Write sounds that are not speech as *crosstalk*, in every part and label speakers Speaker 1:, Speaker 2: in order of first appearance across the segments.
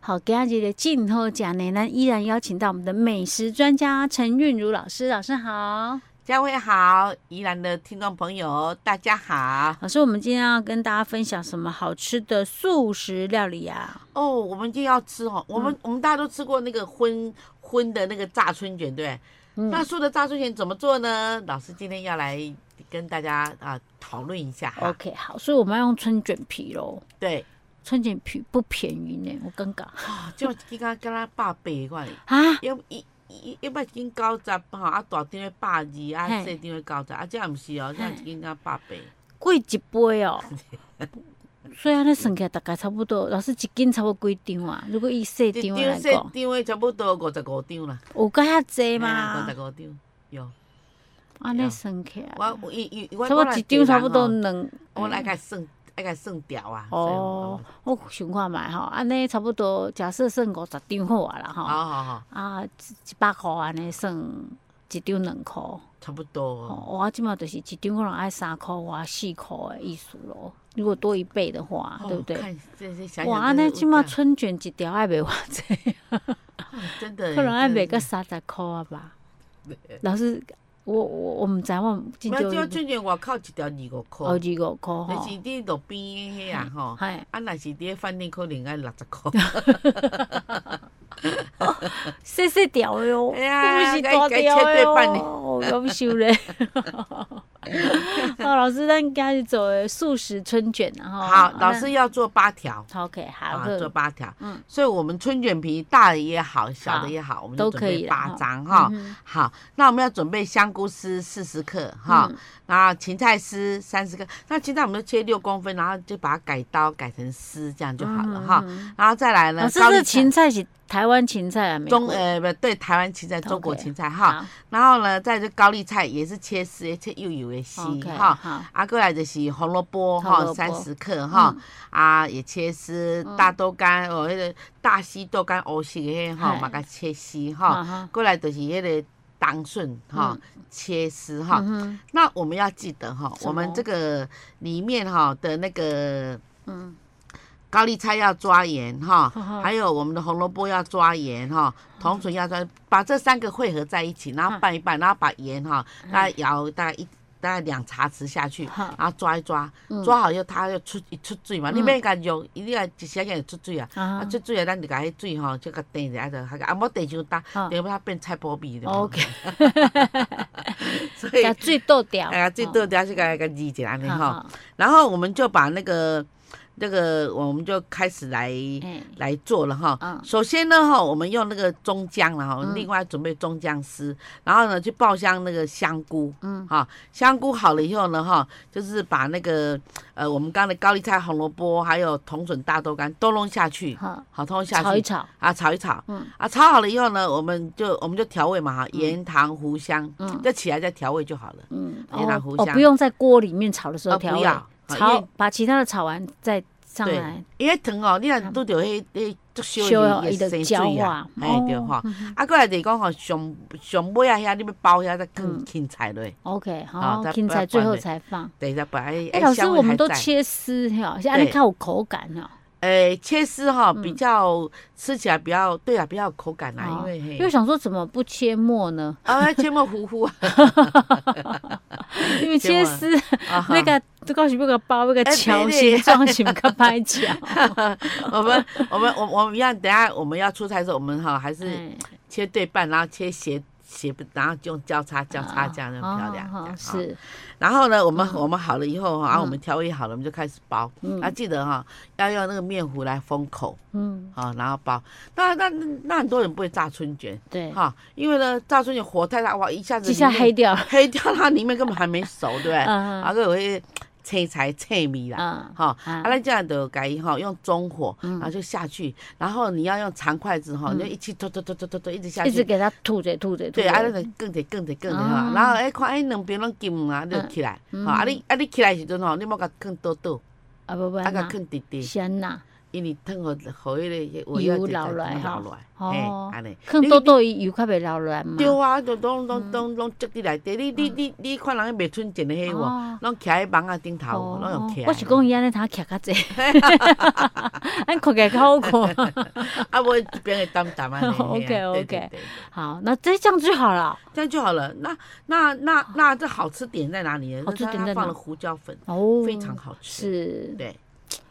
Speaker 1: 好，给大家的镜头讲呢，那依然邀请到我们的美食专家陈韵如老师，老师好。
Speaker 2: 嘉惠好，宜兰的听众朋友大家好。
Speaker 1: 老师，我们今天要跟大家分享什么好吃的素食料理啊？
Speaker 2: 哦，我们今天要吃
Speaker 1: 嗯
Speaker 2: 哦，我们、我们大家都吃过那个荤荤的那个炸春卷，对不对？
Speaker 1: 嗯
Speaker 2: 那说的炸春卷怎么做呢？老师今天要来跟大家啊讨论一下哈。
Speaker 1: ，OK，好，所以我们要用春卷皮喽。
Speaker 2: 对，
Speaker 1: 春卷皮不便宜呢，我尴尬
Speaker 2: 啊就刚刚跟他爸背款，
Speaker 1: 啊。
Speaker 2: 因为一一一百斤九十哈，啊大张的百二，啊
Speaker 1: 嘿
Speaker 2: 细张的九十，啊这样不是哦，这样一斤跟百八。
Speaker 1: 贵一杯哦。所以安尼算起来大概差不多，老师一斤差不多几张啊？如果以细
Speaker 2: 一
Speaker 1: 张的
Speaker 2: 张
Speaker 1: 来
Speaker 2: 细
Speaker 1: 讲
Speaker 2: 张，的差不多五十五张啦，
Speaker 1: 有够遐济
Speaker 2: 哎
Speaker 1: 吗
Speaker 2: 五？十五张有。
Speaker 1: 安尼算起来，
Speaker 2: 我我伊伊我
Speaker 1: 差不多一张差不多两。
Speaker 2: 哦我来甲算，爱甲算掉啊。所以
Speaker 1: 哦，，我想看卖吼，安尼差不多，假设算五十张好啊啦
Speaker 2: 嗯
Speaker 1: 吼，
Speaker 2: 好好好，
Speaker 1: 啊一百箍安尼算一张两箍，
Speaker 2: 差不多。
Speaker 1: 哦，我即满就是一张可能爱三箍啊四箍的意思咯，如果多一倍的话，啊对不
Speaker 2: 哦
Speaker 1: 对？
Speaker 2: 看这这想想，
Speaker 1: 哇，安尼即满
Speaker 2: 这
Speaker 1: 春卷一条爱卖偌
Speaker 2: *laughs*
Speaker 1: 济？
Speaker 2: 真的
Speaker 1: 可能爱卖
Speaker 2: 每
Speaker 1: 个三十箍啊吧。老师，我我我毋知，我真
Speaker 2: 没有，就
Speaker 1: 少
Speaker 2: 春节外口一条二五
Speaker 1: 哦二
Speaker 2: 块，
Speaker 1: 十五箍
Speaker 2: 但
Speaker 1: 吼
Speaker 2: 是。伫路边的遐啊吼，
Speaker 1: 嗨，
Speaker 2: 啊，若是伫饭店可能爱六十块。
Speaker 1: 哦细细条哟，
Speaker 2: 哎呀
Speaker 1: 不是大
Speaker 2: 该该切
Speaker 1: 条
Speaker 2: 对半呢
Speaker 1: 哟，夭寿咧。
Speaker 2: *laughs*
Speaker 1: 好，哦老师，咱今日做的素食春卷啊，吼。
Speaker 2: 好，
Speaker 1: 那
Speaker 2: 老师要做八条。
Speaker 1: 好，OK，好
Speaker 2: 啊，，做八条，
Speaker 1: 嗯
Speaker 2: 所以我们春卷皮大的也好，小
Speaker 1: 好
Speaker 2: 的也好，我们
Speaker 1: 都
Speaker 2: 就
Speaker 1: 可
Speaker 2: 准备
Speaker 1: 以啦
Speaker 2: 八
Speaker 1: 哈嗯
Speaker 2: 张
Speaker 1: 好
Speaker 2: 哈。，好，那我们要准备香菇丝四十克哈，
Speaker 1: 嗯
Speaker 2: 然后芹菜丝三十克。那芹菜我们就切六公分，然后就把它改刀改成丝，这样就好了哈。。
Speaker 1: 嗯嗯嗯
Speaker 2: 然后再来呢
Speaker 1: 老，师，
Speaker 2: 高
Speaker 1: 这
Speaker 2: 丽
Speaker 1: 芹
Speaker 2: 菜。
Speaker 1: 菜是台湾芹菜啊，美国
Speaker 2: 中呃不对，台湾芹菜、中国
Speaker 1: OK，
Speaker 2: 芹菜哈，然后呢，再就高丽菜也是切丝，也切幼幼的丝
Speaker 1: 好，OK，
Speaker 2: 哈。
Speaker 1: 好，
Speaker 2: 啊，过来就是红萝卜
Speaker 1: 红
Speaker 2: 哈，
Speaker 1: 萝卜嗯
Speaker 2: 三十克哈，啊也切丝，大豆干哦，迄个大西豆干乌色的迄个哈，
Speaker 1: 嗨
Speaker 2: 嘛甲切丝
Speaker 1: 好，
Speaker 2: 哈。
Speaker 1: 好，
Speaker 2: 过来就是迄个冬笋哈，切丝哈。
Speaker 1: 嗯
Speaker 2: 那我们要记得哈，
Speaker 1: 什么
Speaker 2: 我们这个里面哈的那个
Speaker 1: 哼
Speaker 2: 高丽菜要抓盐哈
Speaker 1: 呵呵，
Speaker 2: 还有我们的红萝卜要抓盐哈，铜笋要抓，把这三个汇合在一起，然后拌一拌，然后把盐哈，
Speaker 1: 嗯
Speaker 2: 大概舀大概一大概两茶匙下去
Speaker 1: 好，
Speaker 2: 然后抓一抓
Speaker 1: 嗯，
Speaker 2: 抓好以后它要出一出水嘛，你免甲用，一定要一时间就出水啊。
Speaker 1: 嗯，啊
Speaker 2: 啊，出水啊，咱就甲迄水吼，就甲炖一下就，啊，莫炖伤干，
Speaker 1: 好
Speaker 2: 等下它变菜脯味了。
Speaker 1: 嗯哦 OK，
Speaker 2: *laughs* 所以
Speaker 1: 甲水倒掉，
Speaker 2: 哎呀，最多加是个个字这样的
Speaker 1: 好
Speaker 2: 哈。，
Speaker 1: 好
Speaker 2: 然后我们就把那个那个，我们就开始来
Speaker 1: 哎，
Speaker 2: 来做了哈
Speaker 1: 嗯。
Speaker 2: 首先呢哈，我们用那个中姜了哈
Speaker 1: 嗯，
Speaker 2: 另外准备中姜丝，然后呢去爆香那个香菇。
Speaker 1: 嗯，
Speaker 2: 哈，香菇好了以后呢，哈，就是把那个呃，我们刚才高丽菜、红萝卜还有铜笋、大豆干都弄下去，
Speaker 1: 好，
Speaker 2: 好，通通下
Speaker 1: 炒一
Speaker 2: 去
Speaker 1: 炒，
Speaker 2: 啊，炒一炒，
Speaker 1: 嗯
Speaker 2: 啊，炒好了以后呢，我们就我们就调味嘛哈，盐、糖、胡香，
Speaker 1: 嗯
Speaker 2: 就起来再调味就好了。
Speaker 1: 嗯，
Speaker 2: 也拿
Speaker 1: 哦
Speaker 2: 哎胡
Speaker 1: 哦，
Speaker 2: 香
Speaker 1: 不用在锅里面炒的时候
Speaker 2: 哦
Speaker 1: 调
Speaker 2: 不
Speaker 1: 味
Speaker 2: 要，啊因
Speaker 1: 炒
Speaker 2: 为
Speaker 1: 把其他的炒完再上
Speaker 2: 对
Speaker 1: 来，
Speaker 2: 因为糖哦，你若拄着迄迄足烧
Speaker 1: 烧
Speaker 2: 的
Speaker 1: 了
Speaker 2: 伊
Speaker 1: 伊
Speaker 2: 就
Speaker 1: 就
Speaker 2: 生
Speaker 1: 焦
Speaker 2: 水
Speaker 1: 化哦嗯
Speaker 2: 啊，，哎对吼。啊，过来就是讲吼，上上尾啊遐，你要包遐再
Speaker 1: 嗯
Speaker 2: 更芹菜落，
Speaker 1: OK，好
Speaker 2: 好，再
Speaker 1: 芹
Speaker 2: 不
Speaker 1: 菜
Speaker 2: 要
Speaker 1: 最
Speaker 2: 关
Speaker 1: 后
Speaker 2: 了
Speaker 1: 才放。
Speaker 2: 等一下把哎
Speaker 1: 哎，老师，我们都
Speaker 2: 切，
Speaker 1: 切丝哈，像安尼
Speaker 2: 对
Speaker 1: 较有口感哦，
Speaker 2: 哎切丝哈，
Speaker 1: 嗯
Speaker 2: 比较吃起来比较对啊，比较有口感啦，
Speaker 1: 哦
Speaker 2: 因为
Speaker 1: 因为
Speaker 2: 嘿，
Speaker 1: 想说怎么不切末呢？
Speaker 2: *laughs* 啊切末糊糊啊，
Speaker 1: 因为切
Speaker 2: 切末
Speaker 1: 丝
Speaker 2: *laughs* 啊
Speaker 1: *laughs*
Speaker 2: 哈
Speaker 1: 那个这个是不个包，那个
Speaker 2: 哎
Speaker 1: 桥
Speaker 2: 对对
Speaker 1: 形状是不
Speaker 2: *laughs*
Speaker 1: 较歹巧。
Speaker 2: 我们我们我我们要等一下我们要出差的时候，我们哈还是
Speaker 1: 哎
Speaker 2: 切对半，然后切斜斜，然后用交叉交叉这样就漂亮。
Speaker 1: 哦
Speaker 2: 这
Speaker 1: 哦
Speaker 2: 样哈
Speaker 1: 是，
Speaker 2: 然后呢，我们我们好了以后哈，啊我们调味好了，我们就开始包。
Speaker 1: 嗯
Speaker 2: 啊，记得哈，要用那个面糊来封口
Speaker 1: 嗯，
Speaker 2: 啊，然后包。那那那那很多人不会炸春卷
Speaker 1: 对，
Speaker 2: 哈，因为呢，炸春卷火太大，哇，一下子
Speaker 1: 一下
Speaker 2: 里面
Speaker 1: 黑掉
Speaker 2: *laughs*
Speaker 1: 了，
Speaker 2: 黑掉，它里面根本还没熟，对不对？
Speaker 1: 嗯
Speaker 2: 啊，个有些青菜菜米啦，
Speaker 1: 嗯，
Speaker 2: 哈，
Speaker 1: 啊
Speaker 2: 啊，咱这样就改哈，用中火，然后就下去，然后你要用长筷子哈，你就一起拖拖拖拖拖拖，一直下
Speaker 1: 嗯一直
Speaker 2: 去。
Speaker 1: 给它吐着吐着，
Speaker 2: 对，
Speaker 1: 吐
Speaker 2: 啊，
Speaker 1: 着
Speaker 2: 咱就更者更者更者
Speaker 1: 哦
Speaker 2: 哈，然后哎，看哎两边拢金啊，你就起
Speaker 1: 嗯
Speaker 2: 来，哈，啊你啊你起来的时阵吼，你莫甲放倒倒，
Speaker 1: 啊不不，
Speaker 2: 啊甲
Speaker 1: 那
Speaker 2: 放直直，
Speaker 1: 先呐，
Speaker 2: 因为汤互互迄个
Speaker 1: 油流下来
Speaker 2: 流
Speaker 1: 吼
Speaker 2: 落来，
Speaker 1: 哦嗯
Speaker 2: 嘿，安尼。
Speaker 1: 放
Speaker 2: 你
Speaker 1: 多多伊油较袂流落来嘛。
Speaker 2: 对啊，就拢拢拢拢积伫内底。你你你你看人迄卖春节的迄有无
Speaker 1: 嗯哦？
Speaker 2: 拢徛喺网仔顶头，
Speaker 1: 哦
Speaker 2: 拢用徛。
Speaker 1: 我是讲伊安尼通徛较济， *laughs* 安看起来较好看。
Speaker 2: *laughs* 啊，我这边会担担啊。嘿啊
Speaker 1: *laughs* OK，
Speaker 2: 对对
Speaker 1: OK
Speaker 2: 对对
Speaker 1: 好，那这样就好了。
Speaker 2: 这样就好了。那那那那这好吃点在哪里呢？
Speaker 1: 好吃
Speaker 2: 就是
Speaker 1: 点
Speaker 2: 它
Speaker 1: 在
Speaker 2: 放
Speaker 1: 哪
Speaker 2: 了胡椒粉，
Speaker 1: 哦，
Speaker 2: 非常好吃。
Speaker 1: 是。
Speaker 2: 对，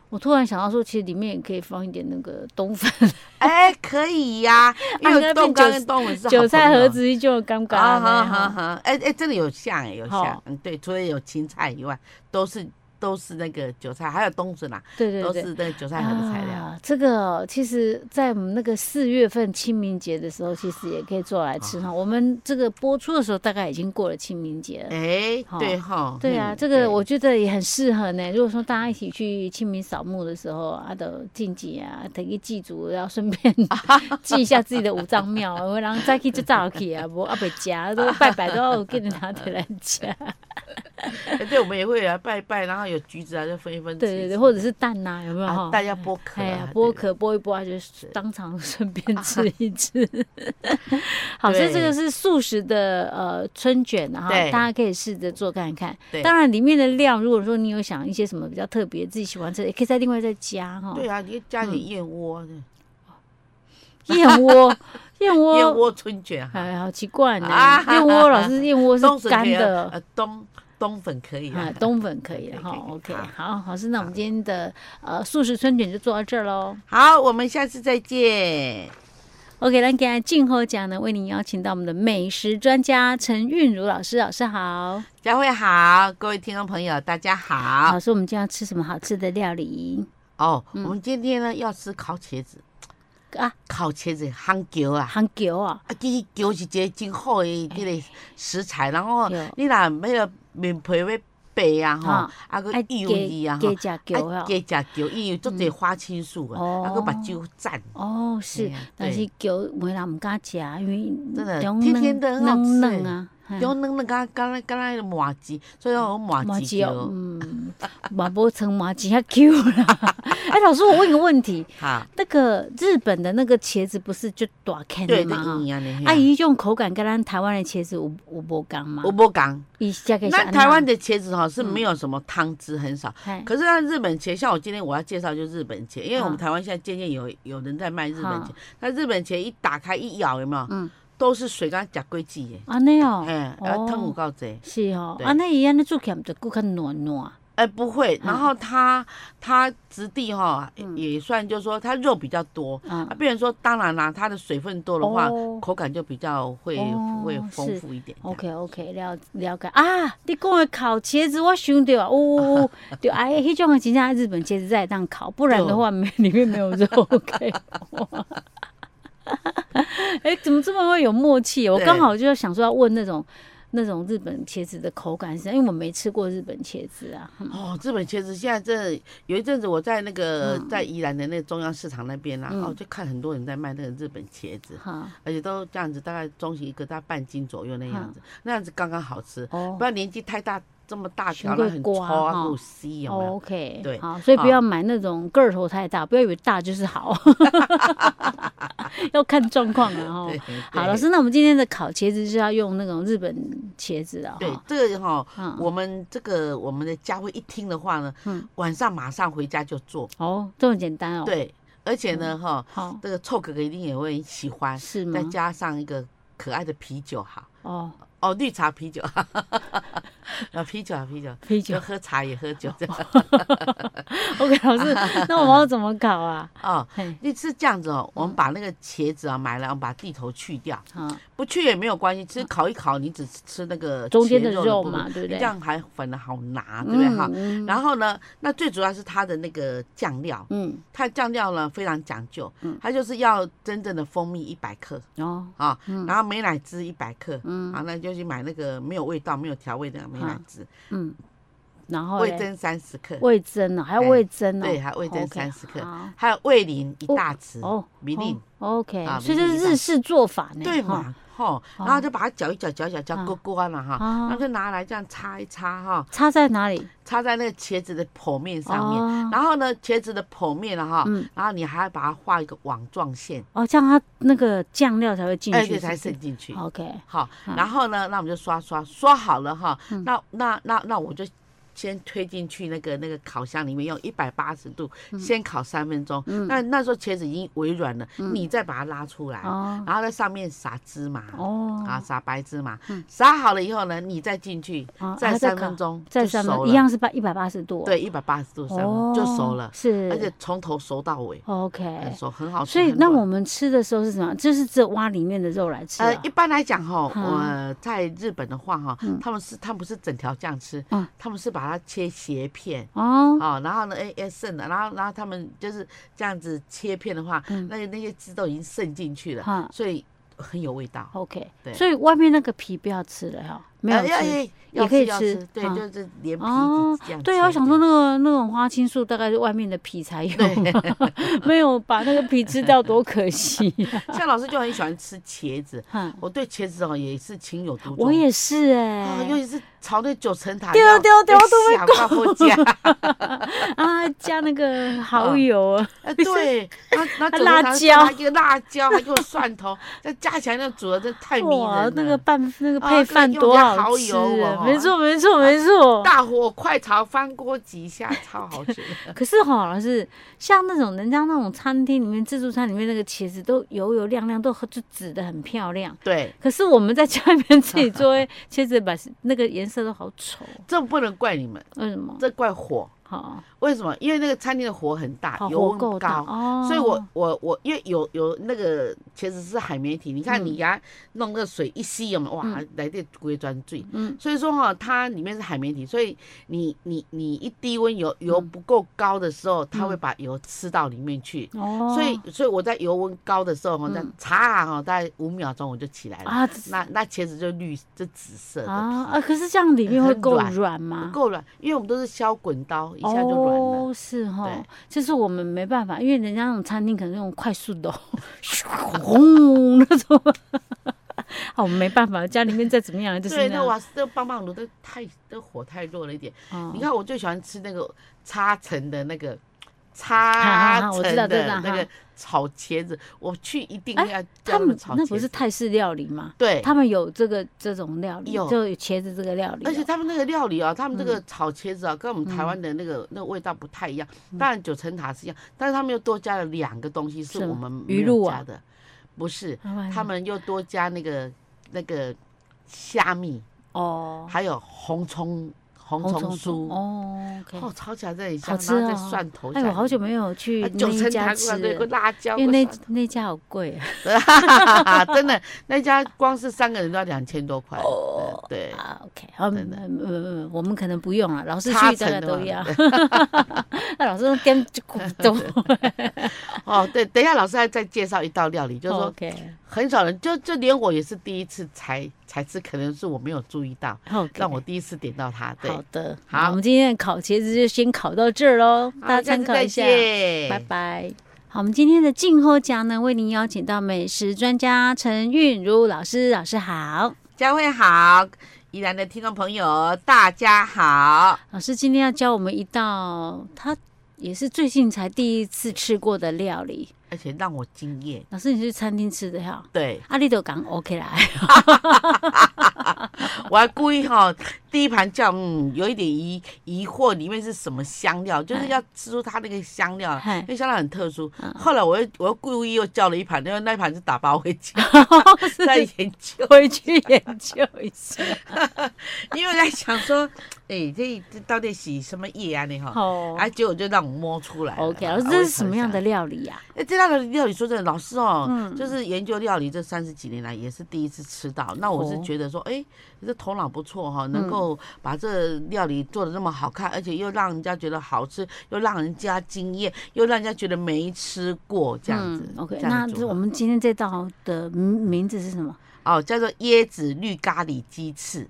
Speaker 1: 我突然想到说，其实里面也可以放一点那个冬粉，
Speaker 2: 哎，可以呀，因
Speaker 1: 啊那
Speaker 2: 为
Speaker 1: 变
Speaker 2: 冬瓜
Speaker 1: 韭
Speaker 2: 跟冬粉是好
Speaker 1: 韭菜
Speaker 2: 朋友
Speaker 1: 盒子就尴尬了
Speaker 2: 啊哈
Speaker 1: 呢。
Speaker 2: 哈
Speaker 1: 哈
Speaker 2: 哈！哎哎，真的有像哎，有像
Speaker 1: 好，
Speaker 2: 嗯，对，除了有芹菜以外，都是都是那个韭菜，还有冬笋啦，
Speaker 1: 对对
Speaker 2: 都
Speaker 1: 对
Speaker 2: 是。那个韭菜盒的材料。
Speaker 1: 啊，这个哦其实，在我们那个四月份清明节的时候，其实也可以做来
Speaker 2: 啊
Speaker 1: 吃哈。我们这个播出的时候，大概已经过了清明节了。
Speaker 2: 哎
Speaker 1: 好，
Speaker 2: 对哈，
Speaker 1: 对啊，
Speaker 2: 嗯
Speaker 1: 这个我觉得也很适合呢。如果说大家一起去清明扫墓的时候，啊，都进祭啊，等于祭祖，然后顺
Speaker 2: *laughs*
Speaker 1: 便祭一下自己的五脏庙，然后再去就早起啊，不啊被夹都拜拜都要给你拿起来
Speaker 2: *laughs*
Speaker 1: 夹。
Speaker 2: 对哎对，我们也会来拜一拜，然后有橘子啊，就分一分吃
Speaker 1: 对
Speaker 2: 一吃。
Speaker 1: 对对，或者是蛋呐、有没有？
Speaker 2: 啊，
Speaker 1: 哈
Speaker 2: 大家剥壳
Speaker 1: 哎呀
Speaker 2: 啊，，
Speaker 1: 剥
Speaker 2: 对。
Speaker 1: 壳剥一剥啊，就是
Speaker 2: *laughs*
Speaker 1: 当场顺便吃一吃。好，所以这个是素食的呃春卷啊，哈
Speaker 2: 对
Speaker 1: 大家可以试着做看看。
Speaker 2: 对
Speaker 1: 当然里面的料，如果说你有想一些什么比较特别自己喜欢吃的，也可以再另外再加哈。嗯
Speaker 2: 对啊，你加点燕窝，燕
Speaker 1: 燕
Speaker 2: *laughs*
Speaker 1: 窝，燕窝，，
Speaker 2: 窝春卷哈，
Speaker 1: 哎，好奇怪呢
Speaker 2: 啊。
Speaker 1: 燕窝老师，燕窝
Speaker 2: 冬
Speaker 1: 是
Speaker 2: 笋
Speaker 1: 干
Speaker 2: 可以啊
Speaker 1: 的。
Speaker 2: 呃，冬冬粉可以
Speaker 1: 啊
Speaker 2: 啊，，
Speaker 1: 冬粉可以了
Speaker 2: 可以
Speaker 1: 哈
Speaker 2: 可以可
Speaker 1: ，OK，
Speaker 2: 以 *laughs* 好
Speaker 1: 好，好，是那我们今天的呃素食春卷就做到这儿喽。
Speaker 2: 好，我们下次再见。
Speaker 1: OK，那给静候奖呢，为您邀请到我们的美食专家陈韵如老师，老师好。
Speaker 2: 佳慧好，各位听众朋友，大家好。
Speaker 1: 老师，我们今天要吃什么好吃的料理
Speaker 2: 哦，我
Speaker 1: 嗯
Speaker 2: 们今天呢要吃烤茄子，
Speaker 1: 啊？
Speaker 2: 烤茄子烘球啊，
Speaker 1: 韩球啊，
Speaker 2: 啊，其实球是一个真好的这个食材，然后
Speaker 1: 哎对
Speaker 2: 你若迄个面皮要白啊吼
Speaker 1: 啊，
Speaker 2: 啊个
Speaker 1: 爱
Speaker 2: 油腻啊吼，
Speaker 1: 加加球啊。
Speaker 2: 啊加食球，伊有足侪花青素啊，
Speaker 1: 哦
Speaker 2: 啊个目睭赞，
Speaker 1: 哦，是
Speaker 2: 嘿啊，
Speaker 1: 但是
Speaker 2: 对
Speaker 1: 球每人唔敢食，因为
Speaker 2: 真的
Speaker 1: 中
Speaker 2: 甜甜的很好吃
Speaker 1: 嫩嫩啊。嘿
Speaker 2: 中软软敢敢若敢若麻糬，所以讲我麻
Speaker 1: 麻
Speaker 2: 糬
Speaker 1: 糬哦，
Speaker 2: 球，
Speaker 1: 嗯， *laughs* 麻波成麻糬还 Q 啦。
Speaker 2: *laughs*
Speaker 1: 哎，老师，我问一个问题，
Speaker 2: 哈，
Speaker 1: 那个日本的那个茄子不是就短 can
Speaker 2: 对，
Speaker 1: 的
Speaker 2: 就
Speaker 1: 吗？
Speaker 2: 一样的。嘿啊
Speaker 1: 阿姨用口感跟咱台湾的茄子有有无共吗
Speaker 2: 我？无讲，
Speaker 1: 伊嫁给嗯
Speaker 2: 那台湾的茄子哈是没有什么汤汁，很少。
Speaker 1: 的
Speaker 2: 可是像日本茄，像我今天我要介绍就是日本茄，因为我们
Speaker 1: 嗯
Speaker 2: 台湾现在渐渐有有人在卖日本茄
Speaker 1: 嗯，
Speaker 2: 那日本茄一打开一咬有没有？
Speaker 1: 嗯
Speaker 2: 都是水刚加桂枝耶，
Speaker 1: 安尼哦，
Speaker 2: 哎，啊
Speaker 1: 哦
Speaker 2: 汤有够多，
Speaker 1: 是哦，
Speaker 2: 对
Speaker 1: 安尼伊安尼做起来毋就骨较软软，
Speaker 2: 哎不会，然后它它质地哈
Speaker 1: 嗯
Speaker 2: 也算就是说它肉比较多，啊，
Speaker 1: 嗯
Speaker 2: 变成说当然啦，它的水分多的话
Speaker 1: 哦，
Speaker 2: 口感就比较会
Speaker 1: 哦
Speaker 2: 会丰
Speaker 1: 是
Speaker 2: 富一点。
Speaker 1: ，OK OK，了了解啊，你讲的烤茄子，我想到啊，呜、
Speaker 2: *laughs*
Speaker 1: 哦，对，哎，迄种的真正日本茄子才会当烤，不然的话没 *laughs* 里面没有肉 *laughs* ，OK。哎、怎么这么会有默契？我
Speaker 2: 对
Speaker 1: 刚好就想说要问那种那种日本茄子的口感是怎样，因为我没吃过日本茄子啊。嗯
Speaker 2: 哦，日本茄子现在这有一阵子，我在那个在宜兰的那个中央市场那边啦，
Speaker 1: 嗯
Speaker 2: 哦，就看很多人在卖那个日本茄子，
Speaker 1: 哈，
Speaker 2: 而且都这样子，大概中型一个大概半斤左右那样子，那样子刚刚好吃。
Speaker 1: 哦
Speaker 2: 不要年纪太大，这么大
Speaker 1: 熊
Speaker 2: 条，那
Speaker 1: 会
Speaker 2: 很粗
Speaker 1: 刮
Speaker 2: 啊，
Speaker 1: 哈
Speaker 2: 够细有没有？
Speaker 1: ，OK，
Speaker 2: 对啊
Speaker 1: 好，所以不
Speaker 2: 好
Speaker 1: 要买那种个头太大，不要以为大就是
Speaker 2: *laughs*
Speaker 1: 好，要看状况啊。哦
Speaker 2: 对，
Speaker 1: 好，
Speaker 2: 对
Speaker 1: 老师，那我们今天的烤茄子是要用那种日本茄子的
Speaker 2: 对
Speaker 1: 哈，
Speaker 2: 这个哈、
Speaker 1: 嗯
Speaker 2: 我们这个我们的佳慧一听的话呢，
Speaker 1: 嗯
Speaker 2: 晚上马上回家就做。
Speaker 1: 哦，这么简单哦，，嗯
Speaker 2: 对，而且呢哈、
Speaker 1: 好
Speaker 2: 这个臭哥哥一定也会喜欢，
Speaker 1: 是吗
Speaker 2: 再？加上一个可爱的啤酒哈。
Speaker 1: 哦，
Speaker 2: 哦，绿茶
Speaker 1: *laughs*
Speaker 2: 啤酒， *laughs* 啊，啤酒啊，啤酒，
Speaker 1: 啤酒
Speaker 2: *laughs* 就喝茶也喝酒这样。
Speaker 1: *laughs* ，OK，老
Speaker 2: *laughs*
Speaker 1: 师，那我们要怎么烤啊？
Speaker 2: 哦，
Speaker 1: 嘿，
Speaker 2: 你是这样子哦，我
Speaker 1: 嗯
Speaker 2: 们把那个茄子啊买来，我们把地头去掉，
Speaker 1: 好，
Speaker 2: 不去也没有关系，其实烤一烤，你只吃那个
Speaker 1: 嗯中间的
Speaker 2: 茄
Speaker 1: 肉
Speaker 2: 部分
Speaker 1: 嘛对不对
Speaker 2: 这样还反而好拿，对不对哈？
Speaker 1: 嗯
Speaker 2: 然后呢，那最主要是它的那个酱料，
Speaker 1: 嗯，
Speaker 2: 它酱料呢非常讲究
Speaker 1: 嗯，
Speaker 2: 它就是要真正的蜂蜜一百克
Speaker 1: 哦，
Speaker 2: 啊
Speaker 1: 嗯，
Speaker 2: 然后美乃滋一百克，
Speaker 1: 嗯
Speaker 2: 啊，那就去买那个没有味道、没有调味的美乃滋，
Speaker 1: 嗯，然后
Speaker 2: 味
Speaker 1: 嘞
Speaker 2: 噌三十克，
Speaker 1: 味噌呢，还要
Speaker 2: 哎
Speaker 1: 味噌呢，
Speaker 2: 对，还有味噌
Speaker 1: OK，
Speaker 2: 三十克
Speaker 1: 好，
Speaker 2: 还有味淋一大匙，
Speaker 1: 哦，
Speaker 2: 米粒，
Speaker 1: 哦，OK，
Speaker 2: 啊
Speaker 1: 所以
Speaker 2: 米
Speaker 1: 这是
Speaker 2: 粒一大
Speaker 1: 日式做法呢，
Speaker 2: 对
Speaker 1: 哈哦
Speaker 2: 嘛，吼，然后就把它搅一搅，搅一搅，搅
Speaker 1: 啊
Speaker 2: 锅锅嘛哈，
Speaker 1: 啊
Speaker 2: 然后就拿来这样擦一擦哈，
Speaker 1: 插在哪里？
Speaker 2: 插在那个茄子的剖面上面，
Speaker 1: 哦
Speaker 2: 然后呢，茄子的剖面了哈，
Speaker 1: 嗯
Speaker 2: 然后你还要把它画一个网状线，
Speaker 1: 哦，这样它那个酱料才会进
Speaker 2: 哎，
Speaker 1: 去，
Speaker 2: 对，才
Speaker 1: 是不
Speaker 2: 渗
Speaker 1: 是
Speaker 2: 进去。
Speaker 1: OK，
Speaker 2: 好，
Speaker 1: 嗯
Speaker 2: 然后呢，那我们就刷刷刷好了哈，那那那那我就先推进去那个那个烤箱里面，用一百八十度
Speaker 1: 嗯
Speaker 2: 先烤三分钟。那那时候茄子已经微软了，你再把它拉出来，
Speaker 1: 嗯哦
Speaker 2: 然后在上面撒芝麻。啊，
Speaker 1: 哦，
Speaker 2: 撒白芝麻，撒好了以后呢，你再进去
Speaker 1: 哦，
Speaker 2: 再
Speaker 1: 还在
Speaker 2: 三
Speaker 1: 烤
Speaker 2: 分钟
Speaker 1: 再
Speaker 2: 就
Speaker 1: 三
Speaker 2: 熟
Speaker 1: 分
Speaker 2: 了
Speaker 1: 一，样是八一百八十度哦，
Speaker 2: 对，一百八十度三分
Speaker 1: 哦，
Speaker 2: 钟就熟了，
Speaker 1: 是，
Speaker 2: 而且从头熟到尾，很
Speaker 1: OK，
Speaker 2: 熟，很好吃。
Speaker 1: 所以
Speaker 2: 很
Speaker 1: 那
Speaker 2: 软
Speaker 1: 我们吃的时候是什么？就是只有挖里面的肉来吃啊
Speaker 2: 呃，一般来讲哈，
Speaker 1: 嗯
Speaker 2: 我呃在日本的话哈
Speaker 1: 嗯，
Speaker 2: 他们是他们不是整条这样吃
Speaker 1: 嗯，
Speaker 2: 他们是把它切斜片。
Speaker 1: 哦，
Speaker 2: 哦，然后呢，哎哎剩了，然后然后他们就是这样子切片的话，
Speaker 1: 嗯
Speaker 2: 那那些汁都已经渗进去了，
Speaker 1: 哈
Speaker 2: 所以很有味道。
Speaker 1: ，OK，
Speaker 2: 对
Speaker 1: 所以外面那个皮不要吃了哈，没有
Speaker 2: 呃要
Speaker 1: 吃。
Speaker 2: 要
Speaker 1: 也可以
Speaker 2: 要
Speaker 1: 吃
Speaker 2: 吃，对，
Speaker 1: 嗯
Speaker 2: 就是连皮
Speaker 1: 哦
Speaker 2: 这样。
Speaker 1: 对啊，我想说那。个那种花青素大概是外面的皮才有， *laughs* 没有把那个皮吃掉多可惜呀、
Speaker 2: 像老师就很喜欢吃茄子， *laughs*
Speaker 1: 哈
Speaker 2: 我对茄子哦也是情有独钟。
Speaker 1: 我也是哎、
Speaker 2: 啊，尤其是朝那九层塔
Speaker 1: 对啊对啊对啊我都
Speaker 2: 都会
Speaker 1: *laughs*
Speaker 2: 讲。
Speaker 1: 啊，加那个蚝油啊，
Speaker 2: 哎，对，那那
Speaker 1: 还
Speaker 2: 煮的
Speaker 1: 辣
Speaker 2: 糖
Speaker 1: 椒
Speaker 2: 还一个辣椒，还给我蒜头，再加起来那煮的真太迷人
Speaker 1: 哇
Speaker 2: 了。，
Speaker 1: 那个拌那个
Speaker 2: 啊
Speaker 1: 配饭多好吃
Speaker 2: 那个用点蚝油
Speaker 1: 啊！
Speaker 2: 哦
Speaker 1: 没错没错没错。
Speaker 2: 大火快炒，翻锅几下，超好吃。
Speaker 1: 可是哈，老师，像那种人家那种餐厅里面自助餐里面那个茄子都油油亮亮，都就紫的很漂亮。
Speaker 2: *laughs* 对，
Speaker 1: 可是我们在家里面自己做，哎茄子把那个颜色都好丑，
Speaker 2: 这不能怪你们，
Speaker 1: 为什么？
Speaker 2: 这怪火。
Speaker 1: 好，
Speaker 2: 为什么？因为那个餐厅的火很大，
Speaker 1: 好
Speaker 2: 油
Speaker 1: 火
Speaker 2: 温
Speaker 1: 够大
Speaker 2: 高。
Speaker 1: 哦，
Speaker 2: 所以我，我我因为有有那个茄子是海绵体，你
Speaker 1: 嗯
Speaker 2: 看你给它弄那个水一吸，有没有哇，来点龟砖醉。
Speaker 1: 嗯
Speaker 2: 所以说哈、它里面是海绵体，所以你你你一低温油油
Speaker 1: 嗯
Speaker 2: 不够高的时候，它会把油吃到里面去。
Speaker 1: 哦，
Speaker 2: 所以所以我在油温高的时候哈，
Speaker 1: 嗯
Speaker 2: 这样嚓哈，大概五秒钟我就起来了。
Speaker 1: 啊
Speaker 2: 那那茄子就绿，就紫色的
Speaker 1: 啊
Speaker 2: 皮，
Speaker 1: 啊，可是这样里面会
Speaker 2: 很
Speaker 1: 够
Speaker 2: 软
Speaker 1: 软
Speaker 2: 不
Speaker 1: 吗？
Speaker 2: 够软，因为我们都是削滚刀，一下就软了。
Speaker 1: 哦，是哈
Speaker 2: 对，
Speaker 1: 就是我们没办法，因为人家那种餐厅可能那种快速的、哦，轰那种， *laughs* 啊，我们没办法，家里面再怎么样就是
Speaker 2: 对，
Speaker 1: 那
Speaker 2: 那
Speaker 1: 样。
Speaker 2: 瓦斯那棒棒炉的太，那火太弱了一点。
Speaker 1: 哦
Speaker 2: 你看，我最喜欢吃那个擦层的那个
Speaker 1: 哈
Speaker 2: 擦
Speaker 1: 啊哈我
Speaker 2: 层
Speaker 1: 知道
Speaker 2: 的
Speaker 1: 知道
Speaker 2: 那个
Speaker 1: 哈
Speaker 2: 炒茄子，我去一定
Speaker 1: 哎
Speaker 2: 要叫
Speaker 1: 他们
Speaker 2: 炒
Speaker 1: 那
Speaker 2: 茄
Speaker 1: 不是
Speaker 2: 子。
Speaker 1: 泰式料理吗？
Speaker 2: 对，
Speaker 1: 他们有这个这种料理，
Speaker 2: 有
Speaker 1: 就有茄子这个料理嗯哦，
Speaker 2: 而且他们那个料理啊，他们这个炒茄子啊，跟我们台湾的那个那个味道不太一样。
Speaker 1: 嗯
Speaker 2: 当然九层塔是一样，但是他们又多加了两个东西是
Speaker 1: 什么
Speaker 2: 我们
Speaker 1: 鱼
Speaker 2: 没有
Speaker 1: 露啊
Speaker 2: 加的，不是，
Speaker 1: 啊完了
Speaker 2: 他们又多加那个那个虾米，
Speaker 1: 哦，
Speaker 2: 还有红葱红葱酥。
Speaker 1: 哦，OK，
Speaker 2: 哦，炒起来真的很
Speaker 1: 好
Speaker 2: 香，
Speaker 1: 吃
Speaker 2: 然后再
Speaker 1: 哦
Speaker 2: 蒜头下
Speaker 1: 哎，
Speaker 2: 去。
Speaker 1: 我好久没有去
Speaker 2: 啊
Speaker 1: 那
Speaker 2: 九
Speaker 1: 一
Speaker 2: 层
Speaker 1: 家
Speaker 2: 塔
Speaker 1: 吃
Speaker 2: 馆对，有个
Speaker 1: 了，
Speaker 2: 辣椒，
Speaker 1: 因
Speaker 2: 有
Speaker 1: 为
Speaker 2: 个
Speaker 1: 那那家好贵啊。
Speaker 2: 蒜头 *laughs* 真的那家光是三个人都要两千多块。嗯
Speaker 1: 哦
Speaker 2: 对，
Speaker 1: 啊，OK，好，
Speaker 2: 真
Speaker 1: 嗯
Speaker 2: 的
Speaker 1: 嗯嗯，嗯我们可能不用了，老师
Speaker 2: 差啊
Speaker 1: 去大概
Speaker 2: 层的
Speaker 1: 都
Speaker 2: 嘛 *laughs*
Speaker 1: 要。 *laughs* 那老师说点就苦中
Speaker 2: 哦，对，等一下老师还再介绍一道料理，就是说
Speaker 1: OK
Speaker 2: 很少人，就就连我也是第一次才才吃，可能是我没有注意到，
Speaker 1: OK，
Speaker 2: 让我第一次点到它。对，
Speaker 1: 好的，
Speaker 2: 好
Speaker 1: 那我们今天的烤茄子就先烤到这儿喽，
Speaker 2: 好
Speaker 1: 大家
Speaker 2: 下
Speaker 1: 参
Speaker 2: 次
Speaker 1: 考
Speaker 2: 再
Speaker 1: 一下，
Speaker 2: 见
Speaker 1: 拜拜。好，我们今天的静候奖呢，为您邀请到美食专家陈韵如老师，老师好，
Speaker 2: 佳慧好，宜兰的听众朋友大家好，
Speaker 1: 老师今天要教我们一道他也是最近才第一次吃过的料理，
Speaker 2: 而且让我惊艳。
Speaker 1: 老师你是去餐厅吃的哈？
Speaker 2: 对，
Speaker 1: 阿丽都啊讲 OK
Speaker 2: *laughs*
Speaker 1: 啦，
Speaker 2: 我还故意哈、第一盘叫嗯，有一点疑疑惑，里面是什么香料，
Speaker 1: 哎
Speaker 2: 就是要吃出它那个香料，
Speaker 1: 嗨
Speaker 2: 因为香料很特殊。
Speaker 1: 嗯
Speaker 2: 后来我又我又故意又叫了一盘，因为那一盘是打包回家在研究，
Speaker 1: 回去研究一下。
Speaker 2: *laughs* 因为在想说，哎、这这到底洗什么液啊你哈？
Speaker 1: 好
Speaker 2: 啊，结果就让我摸出来了。
Speaker 1: OK，
Speaker 2: 啊
Speaker 1: 老师这是什么样的？料理啊呀、
Speaker 2: 哎，这道料理说真的，老师哦，
Speaker 1: 嗯
Speaker 2: 就是研究料理这三十几年来也是第一次吃到。那我是
Speaker 1: 哦嗯
Speaker 2: 觉得说，哎，这头脑不错哈、能够把这料理做的那么好看，而且又让人家觉得好吃，又让人家惊艳，又让人家觉得没吃过这样子
Speaker 1: 嗯。OK，
Speaker 2: 这样
Speaker 1: 那
Speaker 2: 子
Speaker 1: 这
Speaker 2: 组
Speaker 1: 我
Speaker 2: 合
Speaker 1: 们今天这道的名名字是什么？
Speaker 2: 哦，叫做椰子绿咖喱鸡翅，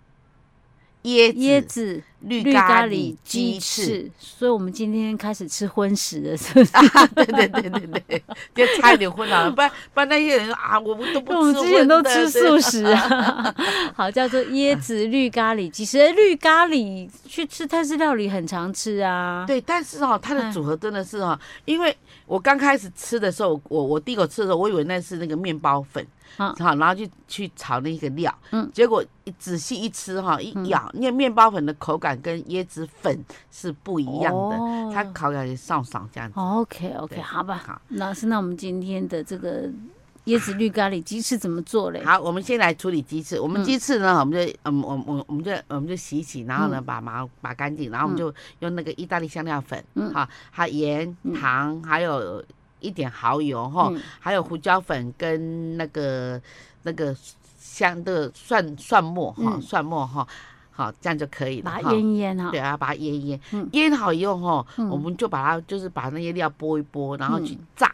Speaker 2: 椰
Speaker 1: 椰
Speaker 2: 子
Speaker 1: 子
Speaker 2: 绿
Speaker 1: 绿
Speaker 2: 咖
Speaker 1: 咖
Speaker 2: 喱
Speaker 1: 喱
Speaker 2: 鸡
Speaker 1: 鸡
Speaker 2: 翅。
Speaker 1: 翅，所以我们今天开始吃荤食了，是不 *laughs* 是？
Speaker 2: *laughs* 啊，对对对对对，就差一点混了，不然不然那些人说啊，我们都不
Speaker 1: *laughs* 因为我们之
Speaker 2: 吃
Speaker 1: 前
Speaker 2: 荤
Speaker 1: 都
Speaker 2: 的
Speaker 1: 吃
Speaker 2: 对
Speaker 1: 素食啊， *laughs* 好叫做椰子绿咖喱鸡翅。哎绿咖喱去吃泰式料理很常吃啊，
Speaker 2: 对，但是哈、它的
Speaker 1: 哎
Speaker 2: 组合真的是哈、因为我刚开始吃的时候，我我第一口吃的时候，我以为那是那个面包粉，
Speaker 1: 啊
Speaker 2: 好，然后就去炒那个料，
Speaker 1: 嗯
Speaker 2: 结果一仔细一吃哈、一咬，因为面包粉的口感跟椰子粉是不一样的，
Speaker 1: 哦
Speaker 2: 它口感也上上这样子。
Speaker 1: OK OK，
Speaker 2: 对
Speaker 1: 好吧，
Speaker 2: 好，
Speaker 1: 老师，那我们今天的这个椰子绿咖喱鸡翅怎么做嘞？
Speaker 2: 好，我们先来处理鸡翅。我
Speaker 1: 嗯
Speaker 2: 们鸡翅呢，我们就，嗯，我我我们就我们就洗一洗，然
Speaker 1: 嗯
Speaker 2: 后呢，把毛拔干净，然后我们就用那个意大利香料粉，
Speaker 1: 嗯
Speaker 2: 哈，还有盐、糖，还有一点蚝油，哈
Speaker 1: 嗯，
Speaker 2: 还有胡椒粉跟那个那个香的蒜蒜末，哈，
Speaker 1: 嗯
Speaker 2: 蒜末，哈，好，这样就可以了，
Speaker 1: 把
Speaker 2: 哈
Speaker 1: 它。腌一腌哈哦
Speaker 2: 对，，啊，把它腌一腌
Speaker 1: 嗯，
Speaker 2: 腌好以后哈，我们就把它就是把那些料拨一拨，然后去炸，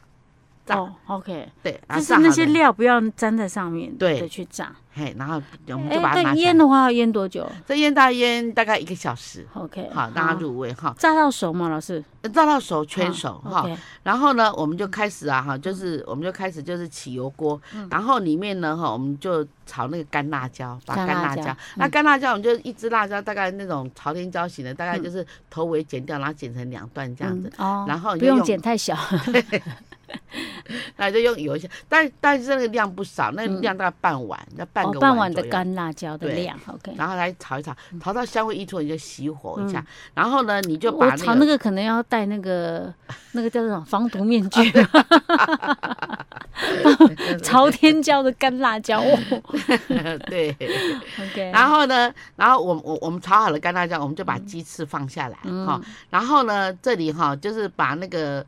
Speaker 2: 炸
Speaker 1: 哦，OK，
Speaker 2: 对，然
Speaker 1: 嗯就是
Speaker 2: 后炸
Speaker 1: 那
Speaker 2: 好
Speaker 1: 些
Speaker 2: 了，
Speaker 1: 料不要粘在上面，
Speaker 2: 对
Speaker 1: 的去炸。
Speaker 2: 嘿，然后我们就把它
Speaker 1: 哎，
Speaker 2: 拿
Speaker 1: 但
Speaker 2: 起来
Speaker 1: 腌。的话要腌多久
Speaker 2: 这腌大腌大概一个小时，
Speaker 1: ？OK，
Speaker 2: 好让它入味哈，
Speaker 1: 炸到熟吗？老师，
Speaker 2: 炸到熟全熟
Speaker 1: 好
Speaker 2: 哈。
Speaker 1: OK，
Speaker 2: 然后呢，我们就开始啊哈，就是我们就开始就是起油锅，
Speaker 1: 嗯
Speaker 2: 然后里面呢哈，我们就炒那个干辣椒，把
Speaker 1: 干
Speaker 2: 干
Speaker 1: 辣
Speaker 2: 辣
Speaker 1: 椒嗯
Speaker 2: 椒，那干辣椒我们就一只辣椒，大概那种朝天椒型的，大概就是头尾剪掉，然后剪成两段这样子
Speaker 1: 嗯，哦，
Speaker 2: 然后你
Speaker 1: 不
Speaker 2: 就
Speaker 1: 用
Speaker 2: 用
Speaker 1: 剪太小，
Speaker 2: 那就用油一下，但但是那个量不少，那个量大概半碗，要半
Speaker 1: 嗯哦
Speaker 2: 个
Speaker 1: 半碗
Speaker 2: 左
Speaker 1: 的
Speaker 2: 右
Speaker 1: 干辣椒的
Speaker 2: 对
Speaker 1: 量，OK。
Speaker 2: 然后来炒一炒，炒到香味溢出，你就熄火一下，然后呢，你就把
Speaker 1: 嗯我炒那
Speaker 2: 个
Speaker 1: 个可能要戴那个那个叫做什么防毒面
Speaker 2: 啊
Speaker 1: 具，朝天椒的干辣椒。哦
Speaker 2: *laughs* 对。
Speaker 1: OK，
Speaker 2: 然后呢，然后我我我们炒好了干辣椒，我们就
Speaker 1: 嗯
Speaker 2: 把鸡翅放下来哈、然后呢，这里哈、就是把那个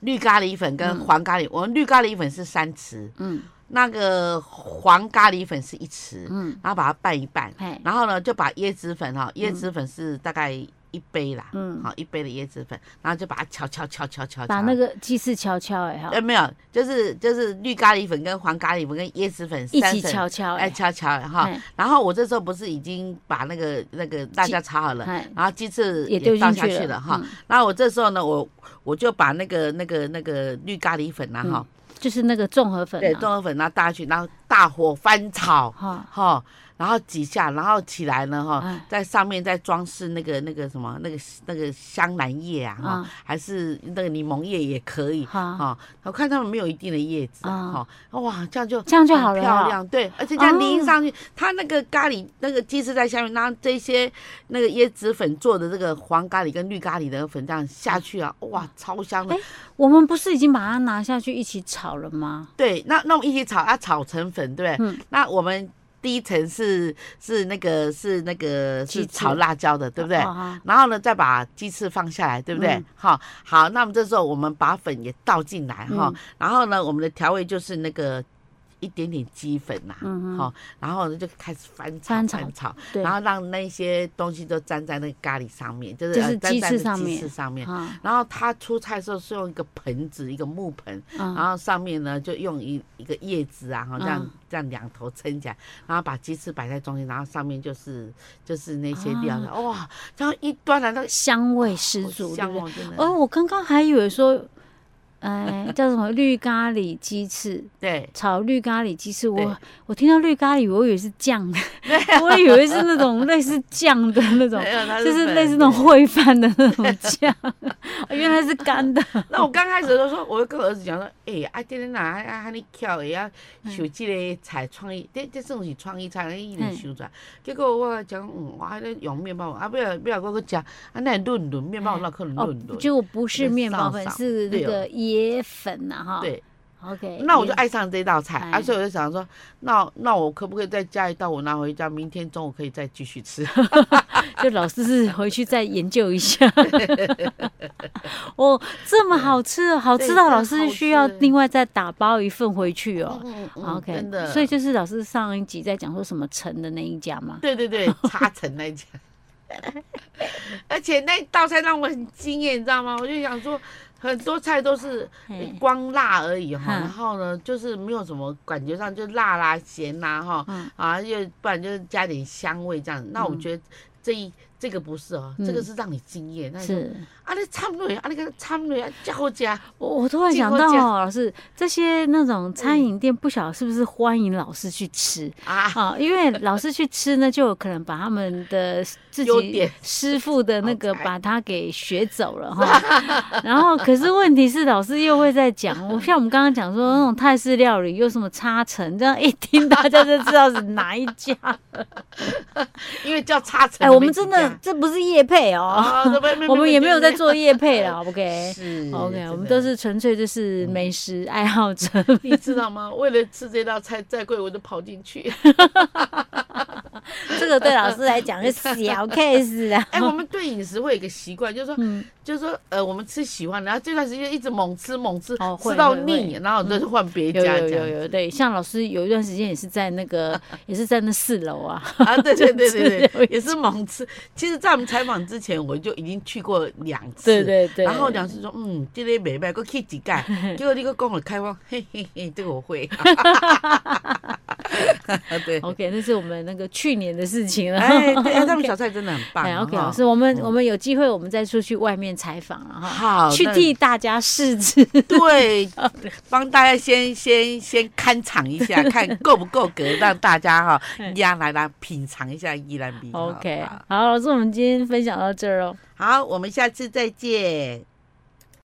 Speaker 2: 绿咖喱粉跟黄咖喱，我们绿咖喱粉是三匙，
Speaker 1: 嗯
Speaker 2: 那个黄咖喱粉是一匙，
Speaker 1: 嗯，
Speaker 2: 然后把它拌一拌，
Speaker 1: 哎
Speaker 2: 然后呢就把椰子粉哈、椰子粉是大概一杯啦，
Speaker 1: 嗯
Speaker 2: 好一杯的椰子粉，然后就把它敲敲敲敲敲，
Speaker 1: 把那个鸡翅敲敲哎哈，
Speaker 2: 呃没有，就是就是绿咖喱粉跟黄咖喱粉跟椰子粉
Speaker 1: 一
Speaker 2: 三
Speaker 1: 起
Speaker 2: 粉
Speaker 1: 敲敲
Speaker 2: 哎，
Speaker 1: 哎，
Speaker 2: 敲敲哈
Speaker 1: 哎。
Speaker 2: 然后我这时候不是已经把那个那个辣椒炒好了
Speaker 1: 哎，
Speaker 2: 然后鸡翅
Speaker 1: 也丢
Speaker 2: 倒
Speaker 1: 进
Speaker 2: 下
Speaker 1: 去
Speaker 2: 去
Speaker 1: 了嗯
Speaker 2: 了哈。然后我这时候呢，我我就把那个那个那个绿咖喱粉啊哈，
Speaker 1: 就是那个综合粉
Speaker 2: 对，
Speaker 1: 啊
Speaker 2: 综合粉然后倒下去，然后大火翻
Speaker 1: *laughs*
Speaker 2: 炒
Speaker 1: 哈，
Speaker 2: 哈，然后几下，然后起来呢哈
Speaker 1: 哎，
Speaker 2: 在上面再装饰那个那个什么那个那个香兰叶啊哈
Speaker 1: 啊，
Speaker 2: 还是那个柠檬叶也可以。
Speaker 1: 好，
Speaker 2: 哈，我看他们没有一定的叶子
Speaker 1: 啊
Speaker 2: 啊，哈，哇，这样就
Speaker 1: 这样就
Speaker 2: 很
Speaker 1: 好了
Speaker 2: 漂
Speaker 1: 哈。
Speaker 2: 亮，对，而且这样
Speaker 1: 哦
Speaker 2: 淋上去，它那个咖喱那个鸡翅在下面，然后这些那个椰子粉做的这个黄咖喱跟绿咖喱的粉这样下去啊，哇，超香的。
Speaker 1: 哎我们不是已经把它拿下去一起炒了吗？
Speaker 2: 对，那那我们一起炒，啊，炒成粉，对
Speaker 1: 嗯
Speaker 2: 不对？那我们第一层是是那个是那个
Speaker 1: 鸡
Speaker 2: 是
Speaker 1: 翅
Speaker 2: 炒辣椒的，对不对？
Speaker 1: 哦哈
Speaker 2: 然后呢，再把鸡翅放下来，对不对
Speaker 1: 嗯？
Speaker 2: 好、好，那么这时候我们把粉也倒进来哈、
Speaker 1: 嗯
Speaker 2: 然后呢，我们的调味就是那个一点点鸡粉呐、好、
Speaker 1: 嗯哼
Speaker 2: 然后呢就开始翻炒
Speaker 1: 翻炒
Speaker 2: 炒
Speaker 1: 对
Speaker 2: 然后让那些东西都粘在那个咖喱上面，就是
Speaker 1: 就是
Speaker 2: 呃
Speaker 1: 鸡
Speaker 2: 粘在
Speaker 1: 翅
Speaker 2: 那个
Speaker 1: 上
Speaker 2: 鸡
Speaker 1: 面
Speaker 2: 翅上面。
Speaker 1: 啊
Speaker 2: 然后他出菜的时候是用一个盆子，一个木盆，然
Speaker 1: 啊，
Speaker 2: 后上面呢就用一一个叶子啊，哈，这样、
Speaker 1: 嗯
Speaker 2: 这样两头撑起来，然后把鸡翅摆在中间，然后上面就是就是那些料，
Speaker 1: 啊
Speaker 2: 哇，然后一端来那个
Speaker 1: 香味十足，对
Speaker 2: 香
Speaker 1: 不对？
Speaker 2: 哦，真的，
Speaker 1: 哦，我刚刚还以为说，哎，叫什么绿咖喱鸡翅，
Speaker 2: 对
Speaker 1: 炒绿咖喱鸡翅，我
Speaker 2: 对
Speaker 1: 我听到绿咖喱，我以为是酱，
Speaker 2: *laughs*
Speaker 1: 我以为是那种类似酱的那种，
Speaker 2: 没有它
Speaker 1: 就是
Speaker 2: 粉
Speaker 1: 类似那种烩饭的那种酱， *laughs* 哦原来是干的。
Speaker 2: 对那我刚开始都说，我就跟我儿子讲说，哎、啊，今天哪啊，喊你巧也要
Speaker 1: 嗯
Speaker 2: 想这个菜创意，这这种是创意菜，你一
Speaker 1: 嗯
Speaker 2: 直想出来。结果我讲，嗯，我还在用面包，啊，不要不要，我去吃，啊，那润润面包，那可能
Speaker 1: 哦
Speaker 2: 润，润。
Speaker 1: 就不是面包 *laughs* 粉，
Speaker 2: 上上
Speaker 1: 是那个椰粉呐、哈。
Speaker 2: 对，
Speaker 1: ，OK。
Speaker 2: 那我就，爱上这道菜，
Speaker 1: 哎
Speaker 2: 啊，所以我就想说，那那我可不可以再加一道，我拿回家，明天中午可以再继续吃？
Speaker 1: 嗯就老师是回去再研究一下。
Speaker 2: *laughs*
Speaker 1: 哦，这么好吃哦，好吃
Speaker 2: 对
Speaker 1: 到
Speaker 2: 真
Speaker 1: 老
Speaker 2: 的
Speaker 1: 师
Speaker 2: 好
Speaker 1: 需要
Speaker 2: 吃
Speaker 1: 另外再打包一份回去哦。
Speaker 2: 嗯
Speaker 1: OK，
Speaker 2: 真的，
Speaker 1: 所以就是老师上一集在讲说什么城的那一家嘛，
Speaker 2: 对
Speaker 1: *laughs*
Speaker 2: 对对，差成那一家。而且那道菜让我很惊艳，你知道吗？我就想说，很多菜都是
Speaker 1: 嘿
Speaker 2: 光辣而已哈，
Speaker 1: 嗯
Speaker 2: 然后呢，就是没有什么感觉上就辣啦、咸啦哈
Speaker 1: 嗯，
Speaker 2: 啊，又不然就是加点香味这样。那我觉得这一这个不是哦，
Speaker 1: 嗯
Speaker 2: 这个是让你惊艳。那你说
Speaker 1: 是，
Speaker 2: 啊，你掺蕊啊，那个掺蕊啊，加好加，
Speaker 1: 我我突然
Speaker 2: 进
Speaker 1: 想
Speaker 2: 过
Speaker 1: 到
Speaker 2: 家
Speaker 1: 哦，老师，这些那种餐饮店不晓得是不是欢迎老师去吃
Speaker 2: 啊，
Speaker 1: 啊？因为老师去吃呢，就有可能把他们的自
Speaker 2: 优
Speaker 1: 己
Speaker 2: 点
Speaker 1: 师傅的那个
Speaker 2: 好菜
Speaker 1: 把他给学走了 *laughs* 哈。然后，可是问题是，老师又会在 *laughs* 讲，我像我们刚刚讲说那种泰式料理有什么差成，这样一听大家就知道是哪一家。
Speaker 2: 因为叫差
Speaker 1: *laughs*
Speaker 2: 成。
Speaker 1: 哎，我们真 *laughs* 的这不是叶配哦，
Speaker 2: 啊，
Speaker 1: *laughs* 我们也没有在做叶配 *laughs*
Speaker 2: 了。
Speaker 1: 了，OK。
Speaker 2: 是 *laughs*
Speaker 1: OK，
Speaker 2: 真
Speaker 1: 我们
Speaker 2: 的
Speaker 1: 都是纯粹就是美食爱好
Speaker 2: *laughs*
Speaker 1: 者。
Speaker 2: 你知道吗？为了吃这道菜，再贵我都跑
Speaker 1: *laughs*
Speaker 2: 进去。
Speaker 1: 这个对老师来讲是小 case
Speaker 2: *laughs*
Speaker 1: 啊。
Speaker 2: 哎，我们对饮食会有一个习惯，就是说，
Speaker 1: 嗯，
Speaker 2: 就是说，呃，我们吃喜欢，然后这段时间一直猛吃猛吃，
Speaker 1: 哦会
Speaker 2: 吃到
Speaker 1: 会
Speaker 2: 腻，然后你就换别
Speaker 1: 有
Speaker 2: 家
Speaker 1: 有
Speaker 2: 这
Speaker 1: 有
Speaker 2: 样。
Speaker 1: 有，对，像老师有一段时间也是在那
Speaker 2: *laughs*
Speaker 1: 个，也是在那四楼啊。
Speaker 2: 啊，对对
Speaker 1: *laughs* 就
Speaker 2: 对对
Speaker 1: 吃了
Speaker 2: 对，也是猛吃。其实，在我们采访之前，我就已经去过两次。
Speaker 1: 对对对。
Speaker 2: 然后讲是说，嗯，这个没卖，我去几盖，
Speaker 1: *laughs*
Speaker 2: 结果你个跟我开放，嘿嘿嘿，这个我会。对，
Speaker 1: OK，那是我们那个去年的事情了。 *laughs*
Speaker 2: 哎，对，哎他们小菜真的很棒
Speaker 1: 哎。，OK，
Speaker 2: 哈
Speaker 1: 老师，我们
Speaker 2: 嗯
Speaker 1: 我们有机会，我们再出去外面采访了哈，
Speaker 2: 好，
Speaker 1: 去
Speaker 2: 那
Speaker 1: 替大家试吃。 *laughs*
Speaker 2: 对，帮大家先先先看场一下，看够不够格，让大家哈
Speaker 1: *laughs* 嗯
Speaker 2: 压来来品尝一下 *laughs* 宜兰米。好
Speaker 1: OK，
Speaker 2: 不好
Speaker 1: 好，老师，我们今天分享到这儿哦。
Speaker 2: 好，我们下次再见。